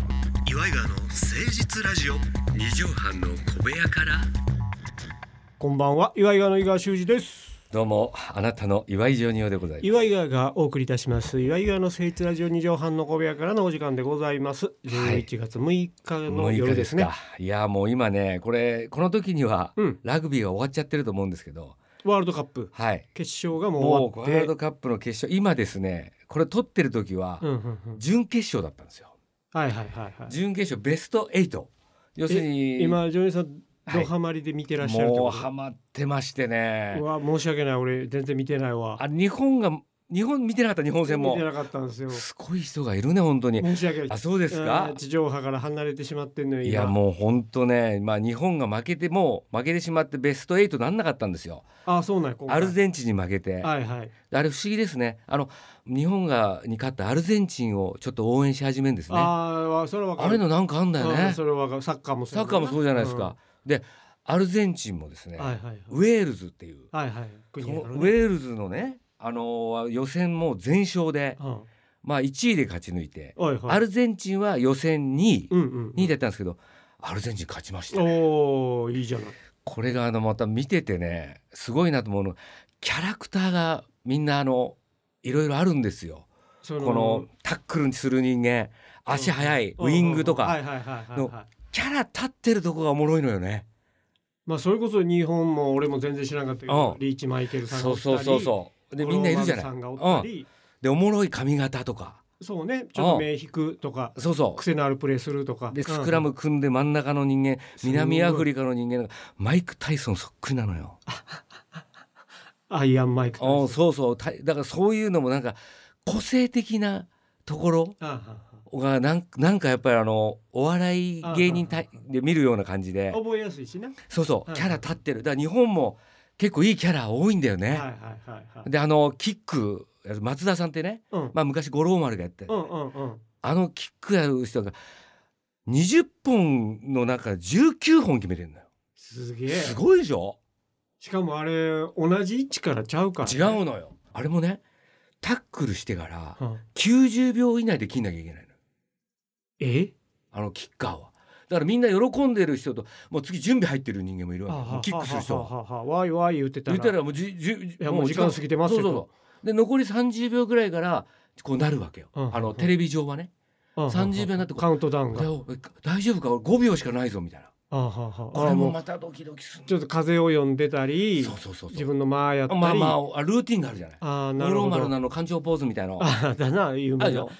イガーの誠実ラジオ二畳半の小部屋からこんばんは岩井川の井川修司ですどうもあなたの岩井ジョニオでございま岩井川がお送りいたします岩井川の聖地ラジオ二畳半の小部屋からのお時間でございます11月6日す。の夜ですね、六日かいやもう今ねこれこの時にはうんラグビーが終わっちゃってると思うんですけど、ワールドカップはい。決勝がもうもうワ終ーわルってドカップの決勝今ですねこれ撮ってる時はうんうんうん準決勝だったんですよ。はいはいはいはい準決勝ベスト8要するに今ジョニーさんはいドハマりで見てらっしゃるってもうこハとマってましてねう。わ申し訳ない俺全然見てないわあ日本が日本見てなかった日本戦見もてなかったんですよすごい人がいるね本当に。申し訳ないあそうですかうん。地上波から離れてしまってんのよいやうもう本当ね、まあ、日本が負けてもう負けてしまってベスト8なんなかったんですよあそうなんや今回アルゼンチンに負けて、はいはいあれ不思議ですねあの日本がに勝ったアルゼンチンをちょっと応援し始めるんですねあああそれはわかるれのなんかあんだようんねそれはサッカーもサッカーもそうじゃないですか、、でアルゼンチンもですうね、んはいはいはいウェールズっていう、はいはい国そのやからねウェールズのねあのー予選も全勝で、うんまあ、1位で勝ち抜いて、はいはいアルゼンチンは予選2位、うんうん2位だったんですけどアルゼンチン勝ちましたねおおいいじゃないこれがあのまた見ててねすごいなと思うのがキャラクターがみんなあのいろいろあるんですよ。そこのタックルにする人間足速いウイングとうんうかんうんはいはいはいはい、はのい、キャラ立ってるとこがおもろいのよね。まあそれこそ日本も俺も全然知らなかったけど、うんリーチマイケルさんがそおうったりそうそうそう。でみんないるじゃ五郎丸さんがおっなたい。うん、り、でおもろい髪型とかそうねちょっと目引くとかそうそう。癖のあるプレーするとかでうんスクラム組んで真ん中の人間すごい南アフリカの人間がマイク・タイソンそっくりなの よ。アイアンマイクうとんかそうそうただからそういうのもなんか個性的なところ。ああがなんなんかやっぱりあのお笑い芸人たいで見るような感じあであ覚えやすいしな、そうそはういキャラ立ってるだから日本も結構いいキャラ多いんだよはいね。はいはいはいであのキック松田さんってね、うんまあ、昔五郎丸がやってうんうんうんあのキックやる人が20本の中19本決めてるのよ。すげえすごいでしょしかもあれ同じ位置からちゃうからね、違うのよ。あれもねタックルしてからうん90秒以内で切んなきゃいけないのよえあのキッカーは。だからみんな喜んでる人ともう次準備入ってる人間もいるわけもうキックする人はははははわいわい言ってた言らったらもうじじいやもう時間過ぎてますそようそうそうで残り30秒ぐらいからこうなるわけよ、うんあうのんテレビ上はね、うんうんうん30秒になってこカウントダウンこがれをえ大丈夫か俺5秒しかないぞみたいなあははこあれももまたドキドキするうちょっと風を読んでたりそうそうそうそう自分の間やったりまあまああルーティンがあるじゃないあーな五る郎ほ丸どのあの感情ポーズみたいなのああだな有名るじゃんな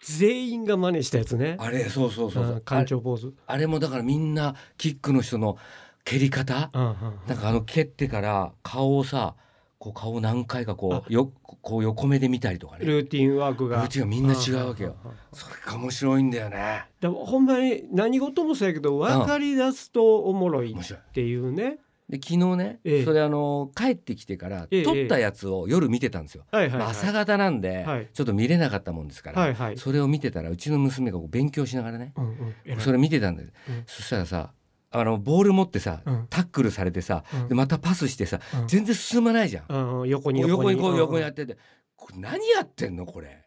全員が真似したやつねあれそうそうそうそううん館長ポーズあれあれもだからみんなキックの人の蹴り方うんうんうんなんかあの蹴ってから顔をさこう顔を何回かこうよこう横目で見たりとかねルーティンワークルがーティンがみんな違うわけよんんうんそれが面白いんだよねでもほんまに何事もそうやけど分かり出すとおもろい面白いっていうねで昨日ね、ええそれあの帰ってきてからええ撮ったやつを夜見てたんですよ、はいはいまあはい朝方なんで、はいちょっと見れなかったもんですから、はいはいそれを見てたらうちの娘がこう勉強しながらね、うんうん偉いそれ見てたんです、うんそしたらさあのボール持ってさ、うんタックルされてさ、うんでまたパスしてさ、うん全然進まないじゃん、こうんうん横うに横にこう横にやうっんてて、これ何やってんのこ れ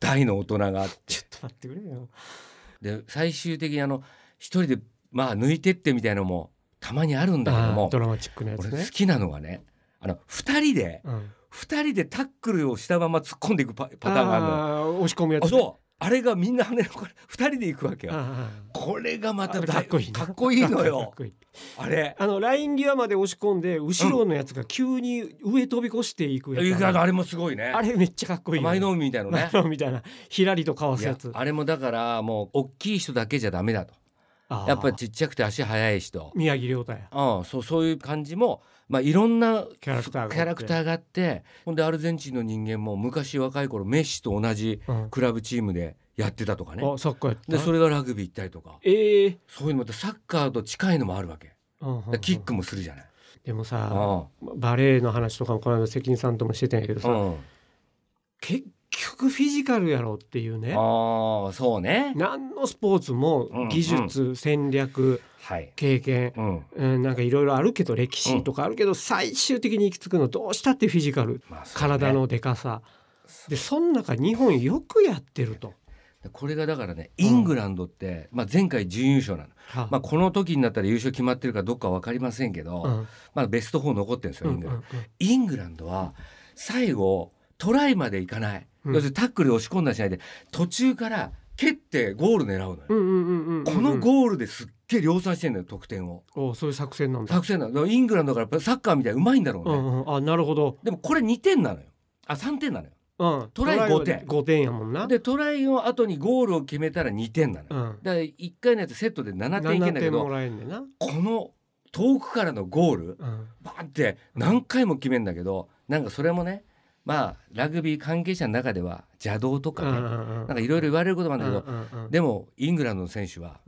大の大人がってちょっと待ってくれよで最終的にあの一人でまあ抜いてってみたいのもたまにあるんだけどあーもドラマチックなやつ俺ね好きなのがねあの2人でうん2人でタックルをしたまま突っ込んでいくパパターンがあるのよあー押し込むやあつそうあれがみんな跳ねるこれ2人で行くわけよあこれがまーたあれだかっこいいなかっこいいの かっよこいいあれあのライン際まで押し込んで後ろのやつが急に上飛び越していくやつ、あれもすごいねあれめっちゃかっこいいよ舞ね、の海みたいな のね前のみたいなひらりとかわいすややつあれもだからもう大きい人だけじゃダメだとあーやっぱちっちゃくて足速い人宮城亮太やうん、そうそういう感じも、まあ、いろんなキャラクターがあってキャラクターがあってほんでアルゼンチンの人間も昔若い頃メッシと同じうんクラブチームでやってたとかねあサッカーやったでそれがラグビー行ったりとかええそういうのまたサッカーと近いのもあるわけだかうんうんうらんキックもするじゃない。でもさうバレエの話とかもこの間関根さんともしてたんやけどさ、んうん、結局フィジカルやろっていうねああそうね。何のスポーツも技術、戦略はい、経験、うんうん、なんかいろいろあるけど歴史とかあるけど、最終的に行き着くのどうしたってフィジカル、まあそうね体のでかさでその中日本よくやってるとこれがだからねイングランドって、まあ、前回準優勝なの、はまあ、この時になったら優勝決まってるかどっか分かりませんけど、うんまあ、ベスト4残ってるんですうよんイうンんグうランド、イングランドんは最後トライまでいかない、うん要するにタックルで押し込んだりしないで途中から蹴ってゴール狙うのよ、うんうんうんうんうんこのゴールですっげえ量産してんだよ得点をおそういう作戦なんだ。作戦なのだからイングランドからやっぱサッカーみたいにうまいんだろううね、んうんあなるほど。でもこれ2点なのよあ3点なのようんトライは5点5点やもんな。でトライの後にゴールを決めたら2点なのよ、うん。だから1回のやつセットで7点いけんだ7け点もどらえんねんな。この遠くからのゴールうんバーンって何回も決めんだけどなんかそれもねまあラグビー関係者の中では邪道とかね、ななんかいろいろ言われることななんだけど、でもイングランドの選手は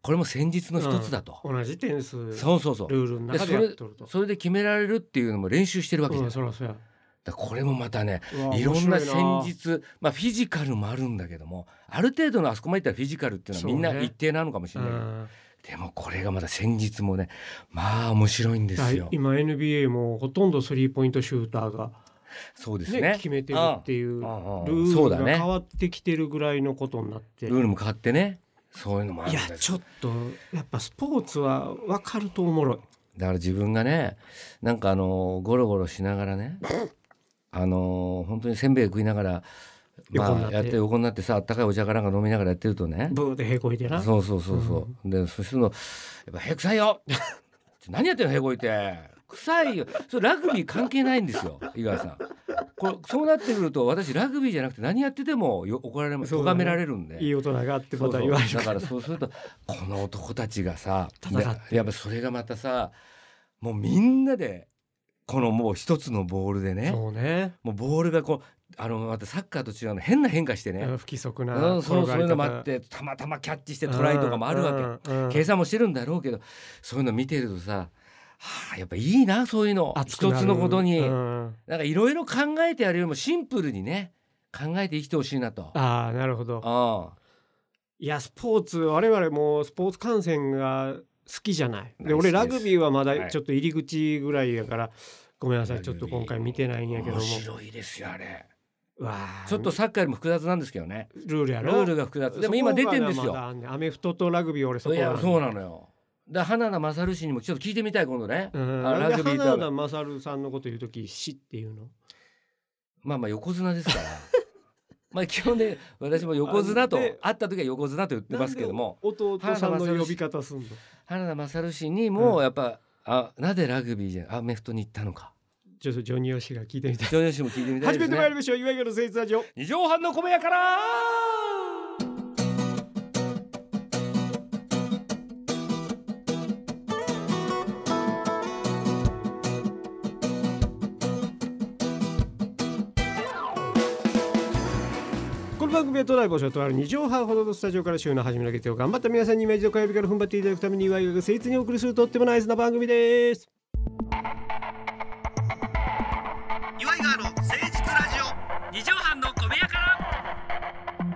これも戦術の一つだと、同じ点数ルそうそうそうールの中でやっとると。それで決められるっていうのも練習してるわけじゃうなんい、そらそうやだからこれもまたねうわいろんな面戦白い術まあフィジカルもあるんだけどもある程度のあそこまでいったらフィジカルっていうのはみんそうなね一定なのかもしうれないけど、んでもこれがまだ戦術もねまあ面白いんですよ。今 NBA もほとんどスリーポイントシューターがそうですねね決めてるっていうルうんうんーそうルだがね変わってきてるぐらいのことになって。ルールも変わってねそういうのもあるいんやですよちょっとやっぱスポーツは分かるとおもろい。だから自分がねなんかあのゴロゴロしながら ねあの本当にせんべい食いながら、横になまっあ、てやって横になってさあったかいお茶かなんか飲みながらやってるとねブーでへこいてな。そうそうそうそう、でそしての「やっぱ屁臭いよ! 」何やってんのへこいて臭いよそれラグビー関係ないんですよ井川さんこれそうなってくると私ラグビーじゃなくて何やっててもよ怒られますそう咎だねめられるんでいい大人があってそまうそたう言われるだかからら。そうするとこの男たちがさ戦ってでやっぱそれがまたさもうみんなでこのもう一つのボールでねそうね。もうボールがこうあのまたサッカーと違うの変な変化してね、不規則なうん、そう転そがういりう方のもあってたまたまキャッチしてトライとかもあるわけ、うんうんけ計算もしてるんだろうけどそういうの見てるとさはあやっぱいいなそういうの熱く一なるつのことに、うんなんかいろいろ考えてやるよりもシンプルにね考えて生きてほしいなと。ああなるほどあいやスポーツ我々もスポーツ観戦が好きじゃないで大好き俺ですラグビーはまはだいちょっと入り口ぐらいやから、ごめんなさいちょっラグとビー今回見てないんやけども面白いですよあれ。わあちょっとサッカーよりも複雑なんですけどね。ルールやルろールが複雑。でも今出てんですそこよが。まだあんねんアメフトとラグビー俺そいこや、そうなよのよ。だ花田勝氏にもちょっと聞いてみたい今度ね。うん、ああラグビー花田と。勝さんのこと言うとき「死」っていうのまあまあ横綱ですから。 まあ基本で私も横綱とあで会った時は横綱と言ってますけども、なんで弟さんの呼び方すんの花田勝氏にうもんやっぱ、あなぜラグビーじゃアメフトに行ったのか。ちょっとジョニオ氏が聞いてみたいジョニオ氏も聞いてみたいで始めすてまいりね。ましょういわゆる聖地ラジオ二畳半の小部屋から。この番組は都内某所とある2畳半ほどのスタジオから週の初めの月曜頑張った皆さんにイメージを火曜日から踏ん張っていただくために岩井が誠実にお送りするとってもナイスな番組です岩井川の誠実ラジオ二畳半の小部屋から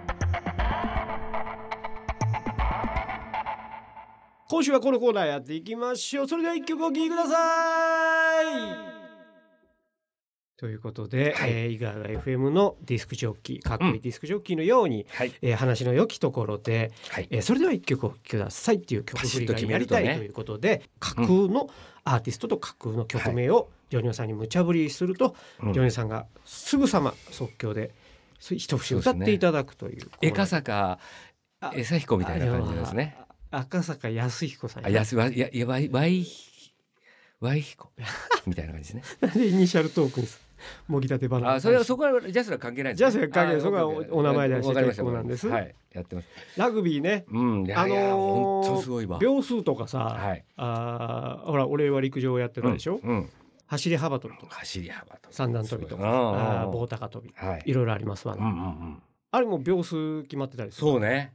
今週はこのコーナーやっていきましょうそれでは一曲お聴きくださいということで、はいえー井川が FM のディスクジョッキーかっこいいディスクジョッキーのように、はいえー話の良きところで、はい。えーそれでは一曲お聴きくださいっていう曲振りがやりたパシッと決めいるとねということで架空のアーティストと架空の曲名をジョニオさんに無茶ぶりすると、うんジョニオさんがすぐさま即興でそ一節歌っていただくというコーナー。江坂あ江坂彦みたいな感じですね。あ。赤坂康彦さん。あ、やす、わ、や、や、わい、わい。わいひ こ。みたいな感じですね。なん でイニシャルトークにすもぎたて話。あ、それは、そこは、ジャスラ関係ないんですね。ジャスラ関係ないあそこは関係ないおお名前出してわかりました。結構なんですはい、やってます。ラグビーね。うん、いやあいや、の本当ーすごいわ。秒数とかさ、はいあーほら俺は陸上やってたでしょ、うん、うん走り幅跳びとか走り幅と。三段跳びとかすごいうんうんうんあー棒高跳びはい。いろいろありますわうね、ん、うん、うん。あれも秒数決まってたりするそうね。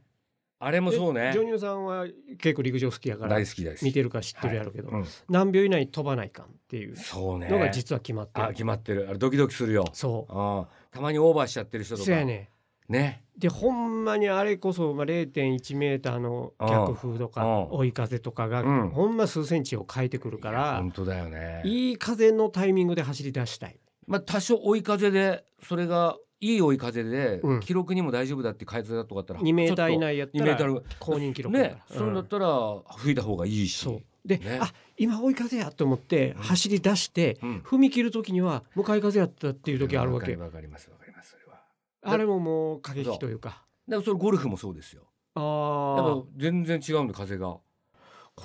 あれもそうねジョ。ニオさんは結構陸上好きやから大好きです。見てるか知ってるやろうけど、うん。何秒以内に飛ばないかんっていうそうね。のが実は決まってる、あ、決まってる。あれ、ドキドキするよ。そあ、たまにオーバーしちゃってる人うとそかや。ねね。でほんまにあれこそまあ0.1メーターの逆風とうかん追い風とかがうんほんま数センチを変えてくるかいやら本当だよね。いい風のタイミングで走り出したいまあ、多少追い風でそれがいい追い風でうん記録にも大丈夫だって書いてたとかだったら2メーター以ちょっ内やっと2たメータらー公認記録だからねそうだうっんたら吹いた方がいいしそうで、ねあ今追い風やと思って走り出して、うん踏み切る時には向かい風やったっていう時あるわけわかりますわかりますそれはあれももう過激というかでもそれゴルフもそうですよあやっあぱ全然違うんで風がこ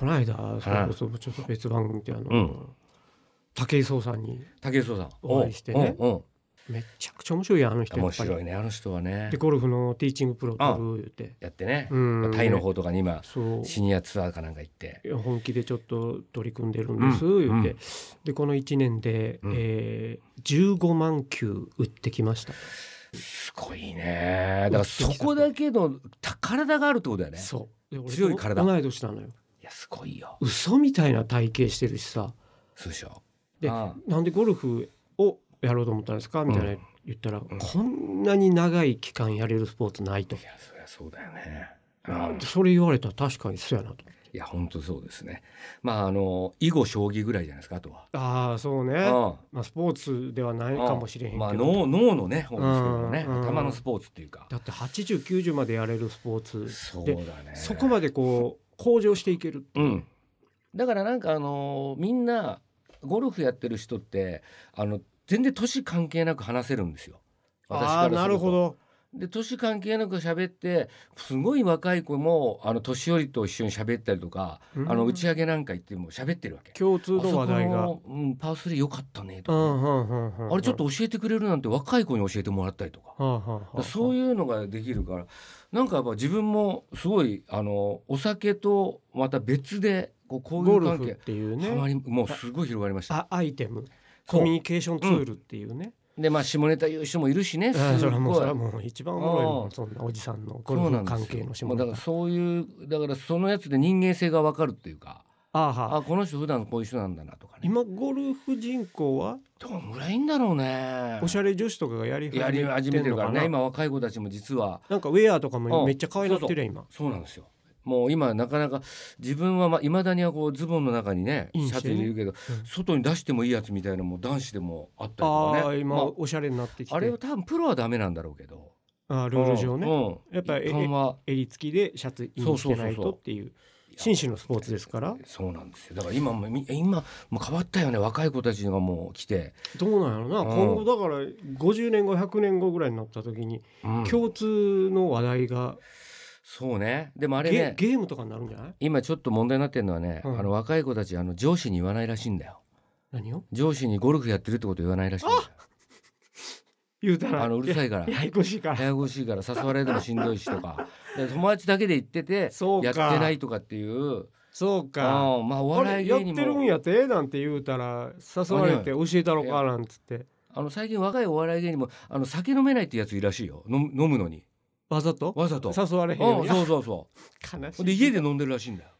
の間それこそちょっと別番組であの、うん武井壮さんに武井壮さんお会いしてねうんうんめちゃくちゃ面白いやんあの人や面っぱり白いねあの人はねでゴルフのティーチングプロ取る言ってやってねうんタイの方とかに今そうシニアツアーかなんか行っていや本気でちょっと取り組んでるんです、うん言って、うんでこの1年で、うんえー、15万球打ってきました、すごいねだからそこだけのた体があるってことだよねそうで俺と強い体同い年なのよいやすごいよ嘘みたいな体型してるしさそうでしょであなんでゴルフをやろうと思ったんですかみたいな言ったら、こんなに長い期間やれるスポーツないとあい、やそりゃそうだよねうんでそれ言われたら確かにそうやなといや本当そうですねまああの囲碁将棋ぐらいじゃないですかあとはああそうねうんまあ、スポーツではないかもしれへんけど、まあ、脳脳のね方ですけどねうんうん頭のスポーツっていうかだって8090までやれるスポーツそうだでねそこまでこう向上していけるうん、だからなんかあのーみんなゴルフやってる人ってあの全然年関係なく話せるんですよ。私あかあらすなるるほとどで年関係なく喋ってすごい若い子もあの年寄りと一緒に喋ったりとか、うんあの打ち上げなんか行っても喋ってるわけ。共通の話題あがそこのうん、パー3良かったねとうか、んうんうんうんうんあれちょっと教えてくれるなんて若い子に教えてもらったりとか。はあはあはだからそういういうのができるからなんかやっぱ自分もすごいあのお酒とまた別でこう交ゴ友ル関フっ係ていうはまねりもうすごい広がりましたあアイテムそうコミュニケーションツールっていうね、でまあ下ネタ言う人もいるしねああそすれっはもごういそれはもう一番おもろいもああんそんなおじさんのゴルそうなんフですよ関係の下もうだネからタそういうだからそのやつで人間性が分かるっていうかああはああこの人普段こういう人なんだなとかね今ゴルフ人口はどのぐらいんだろうねおしゃれ女子とかがやりやり始始めめててるるかかららねね今若い子たちも実はなんかウェアとかうもんめっちゃ可愛なってるやん今そうなんですよ。もう今なかなか自分はまあまだにはこうズボンの中にねシインしてャツね入れるけど、うん外に出してもいいやつみたいなのも男子でもあったりとあかあね。今まおしゃれになってきてあ、あれは多分プロはダメなんだろうけど。ああルール上ね、うん、やっぱり一般は襟付きでシャツインしてないとっていう紳士のスポーツですからそうなんですよ。だから今もみ今もう変わったよね若い子たちがもう来て、どうなんやろな、うん今後だから50年後100年後ぐらいになった時にうん共通の話題が、そうね。でもあれゲねゲームとかになるんじゃない今ちょっと問題になってるのはね、うんあの若い子たちあの上司に言わないらしいんだよ。何を上司にゴルフやってるってこと言わないらしいんだよ。言うたらあのうるさいから。ややこしいから ややこしいから誘われてもしんどいしと かで友達だけで行っててそうやってかないとかっていうそうかあまあおあ笑れいやっ芸て人るんもやてなんて言うたら誘われて教えたろかなんつってあの最近若いお笑い芸人もあの酒飲めないってやついるらしいよ飲む飲むのにわざとわざと。誘われへんよううんにそうそうそ悲しういで家で飲んでるらしいんだよ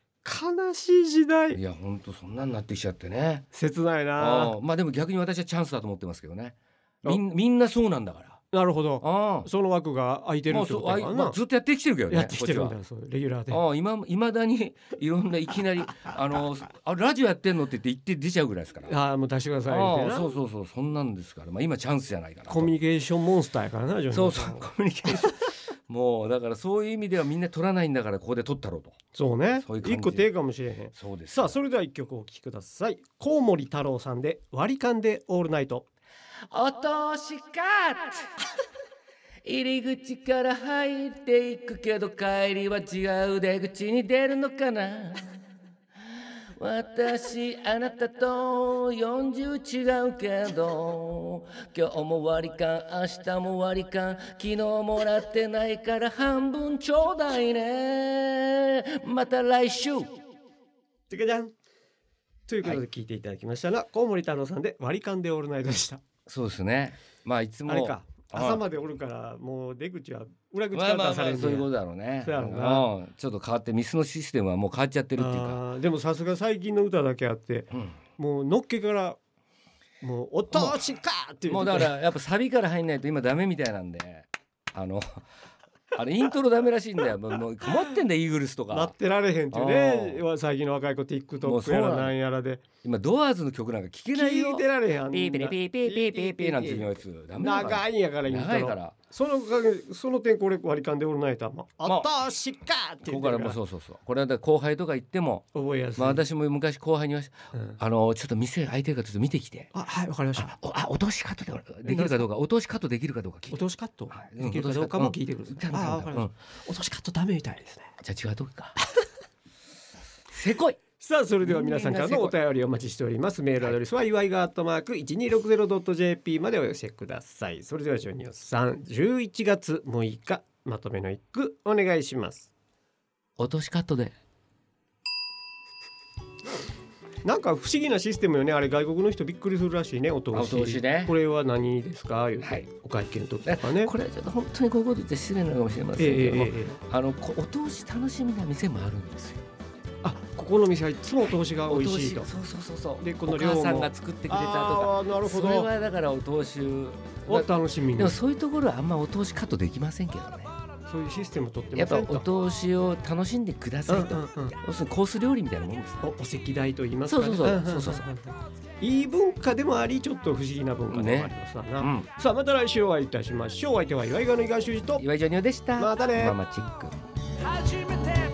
悲しい時代いやほんとそんなんなってきちゃってね切ないなあまあでも逆に私はチャンスだと思ってますけどねみんあみんなそうなんだからなるほどあその枠が空いてるもっうてそこうとあやかいらまなあずっとやってきてるけどねやってきてるこんっちだはよそうレギュラーでああ今いまだにいろんないきなり「あ のあラジオやってんの?」って言って行って出ちゃうぐらいですから。ああもう出してくださいみたいああなそうそうそうそんなんですから、まあ、今チャンスじゃないかなとコミュニケーションモンスターやからなジョニーそうそうコミュニケーションもうだからそういう意味ではみんな取らないんだからここで取ったろうとそうねそういう感じ一個手かもしれへんそうですさあそれでは一曲お聴きくださいコウモリ太郎さんで割り勘でオールナイト落としカット入り口から入っていくけど帰りは違う出口に出るのかな私あなたと40違うけど今日も割り勘明日も割り勘昨日もらってないから半分ちょうだいねまた来週てかじゃんということで聞いていただきましたらコウモリ太郎さんで割り勘でオールナイトでしたそうですねまあいつあれかはい朝までおるからもう出口は裏口かまあまあら出さまれあるそういうことだろうね。そうやろうなうんちょっと変わってミスのシステムはもう変わっちゃってるっていうか。でもさすが最近の歌だけあってうんもうのっけからもう「おとしか!」っていうもうだからやっぱサビから入んないと今ダメみたいなんで、あの あれイントロダメらしいんだよもうもう困ってんだよイーグルスとなっかてられへんっていうね最近の若い子もう TikTok そうやなのらなんやらで今ドアーズの曲なんか聴けない聞よいてられへんあんなピーピリピーピーピーピーピーなんていうやつダメだから長いんやからイントロ長いからそのおかげその点これ割り勘で俺ないたまあまあたしかってここ言っかてらるもかうそうそうそうこれはだから後輩とか行ってもら覚えやすいまあ私も昔後輩に言わしうんあのちょっと店空いてるかちょっと見てきてあはいわかりましたあおあお通しカットでできるかどうかお通しカットできるかどうか聞いおて通しカットはいできるかどうかも聞いてくるうん頼むあわ頼むかりうまんしたお通しカットダメみたいですねじゃあ違うとこか せこいさあそれでは皆さんからのお便りをお待ちしておりますメールアドレスは祝いがアットマーク 1260.jp までお寄せくださいそれではジョニオさん11月6日まとめの一句お願いしますお通しカットでなんか不思議なシステムよねあれ外国の人びっくりするらしいねお通しお通しねこれは何ですか言うてはいお会計の時とかねこれはちょっと本当にこういうこと言って失礼なのかもしれまえせえんけども、ええええあのこお通し楽しみな店もあるんですよ。あここの店はいつもお通しがお美通味ししいとそうそうそうそう。でこのお量母もさんが作ってくれたとか。あーなるほそれどはだからお通しお楽しみでにもそそういうところはあんまお通しカットできませんけどね。ういうシステム取ってやまっぱせんかお通しを楽しんでくださいと。うんうんうん要するにコース料理みたいなもんですね。おお席代と言いますかねそうそうそうんんんんそうそうそいい文化でもありちょっと不思議な文化でもありますわな、うん。さあまた来週お会いいたしましょうお相手は岩井川の井川修司と岩井ジョニオでした。またねママチック。初めて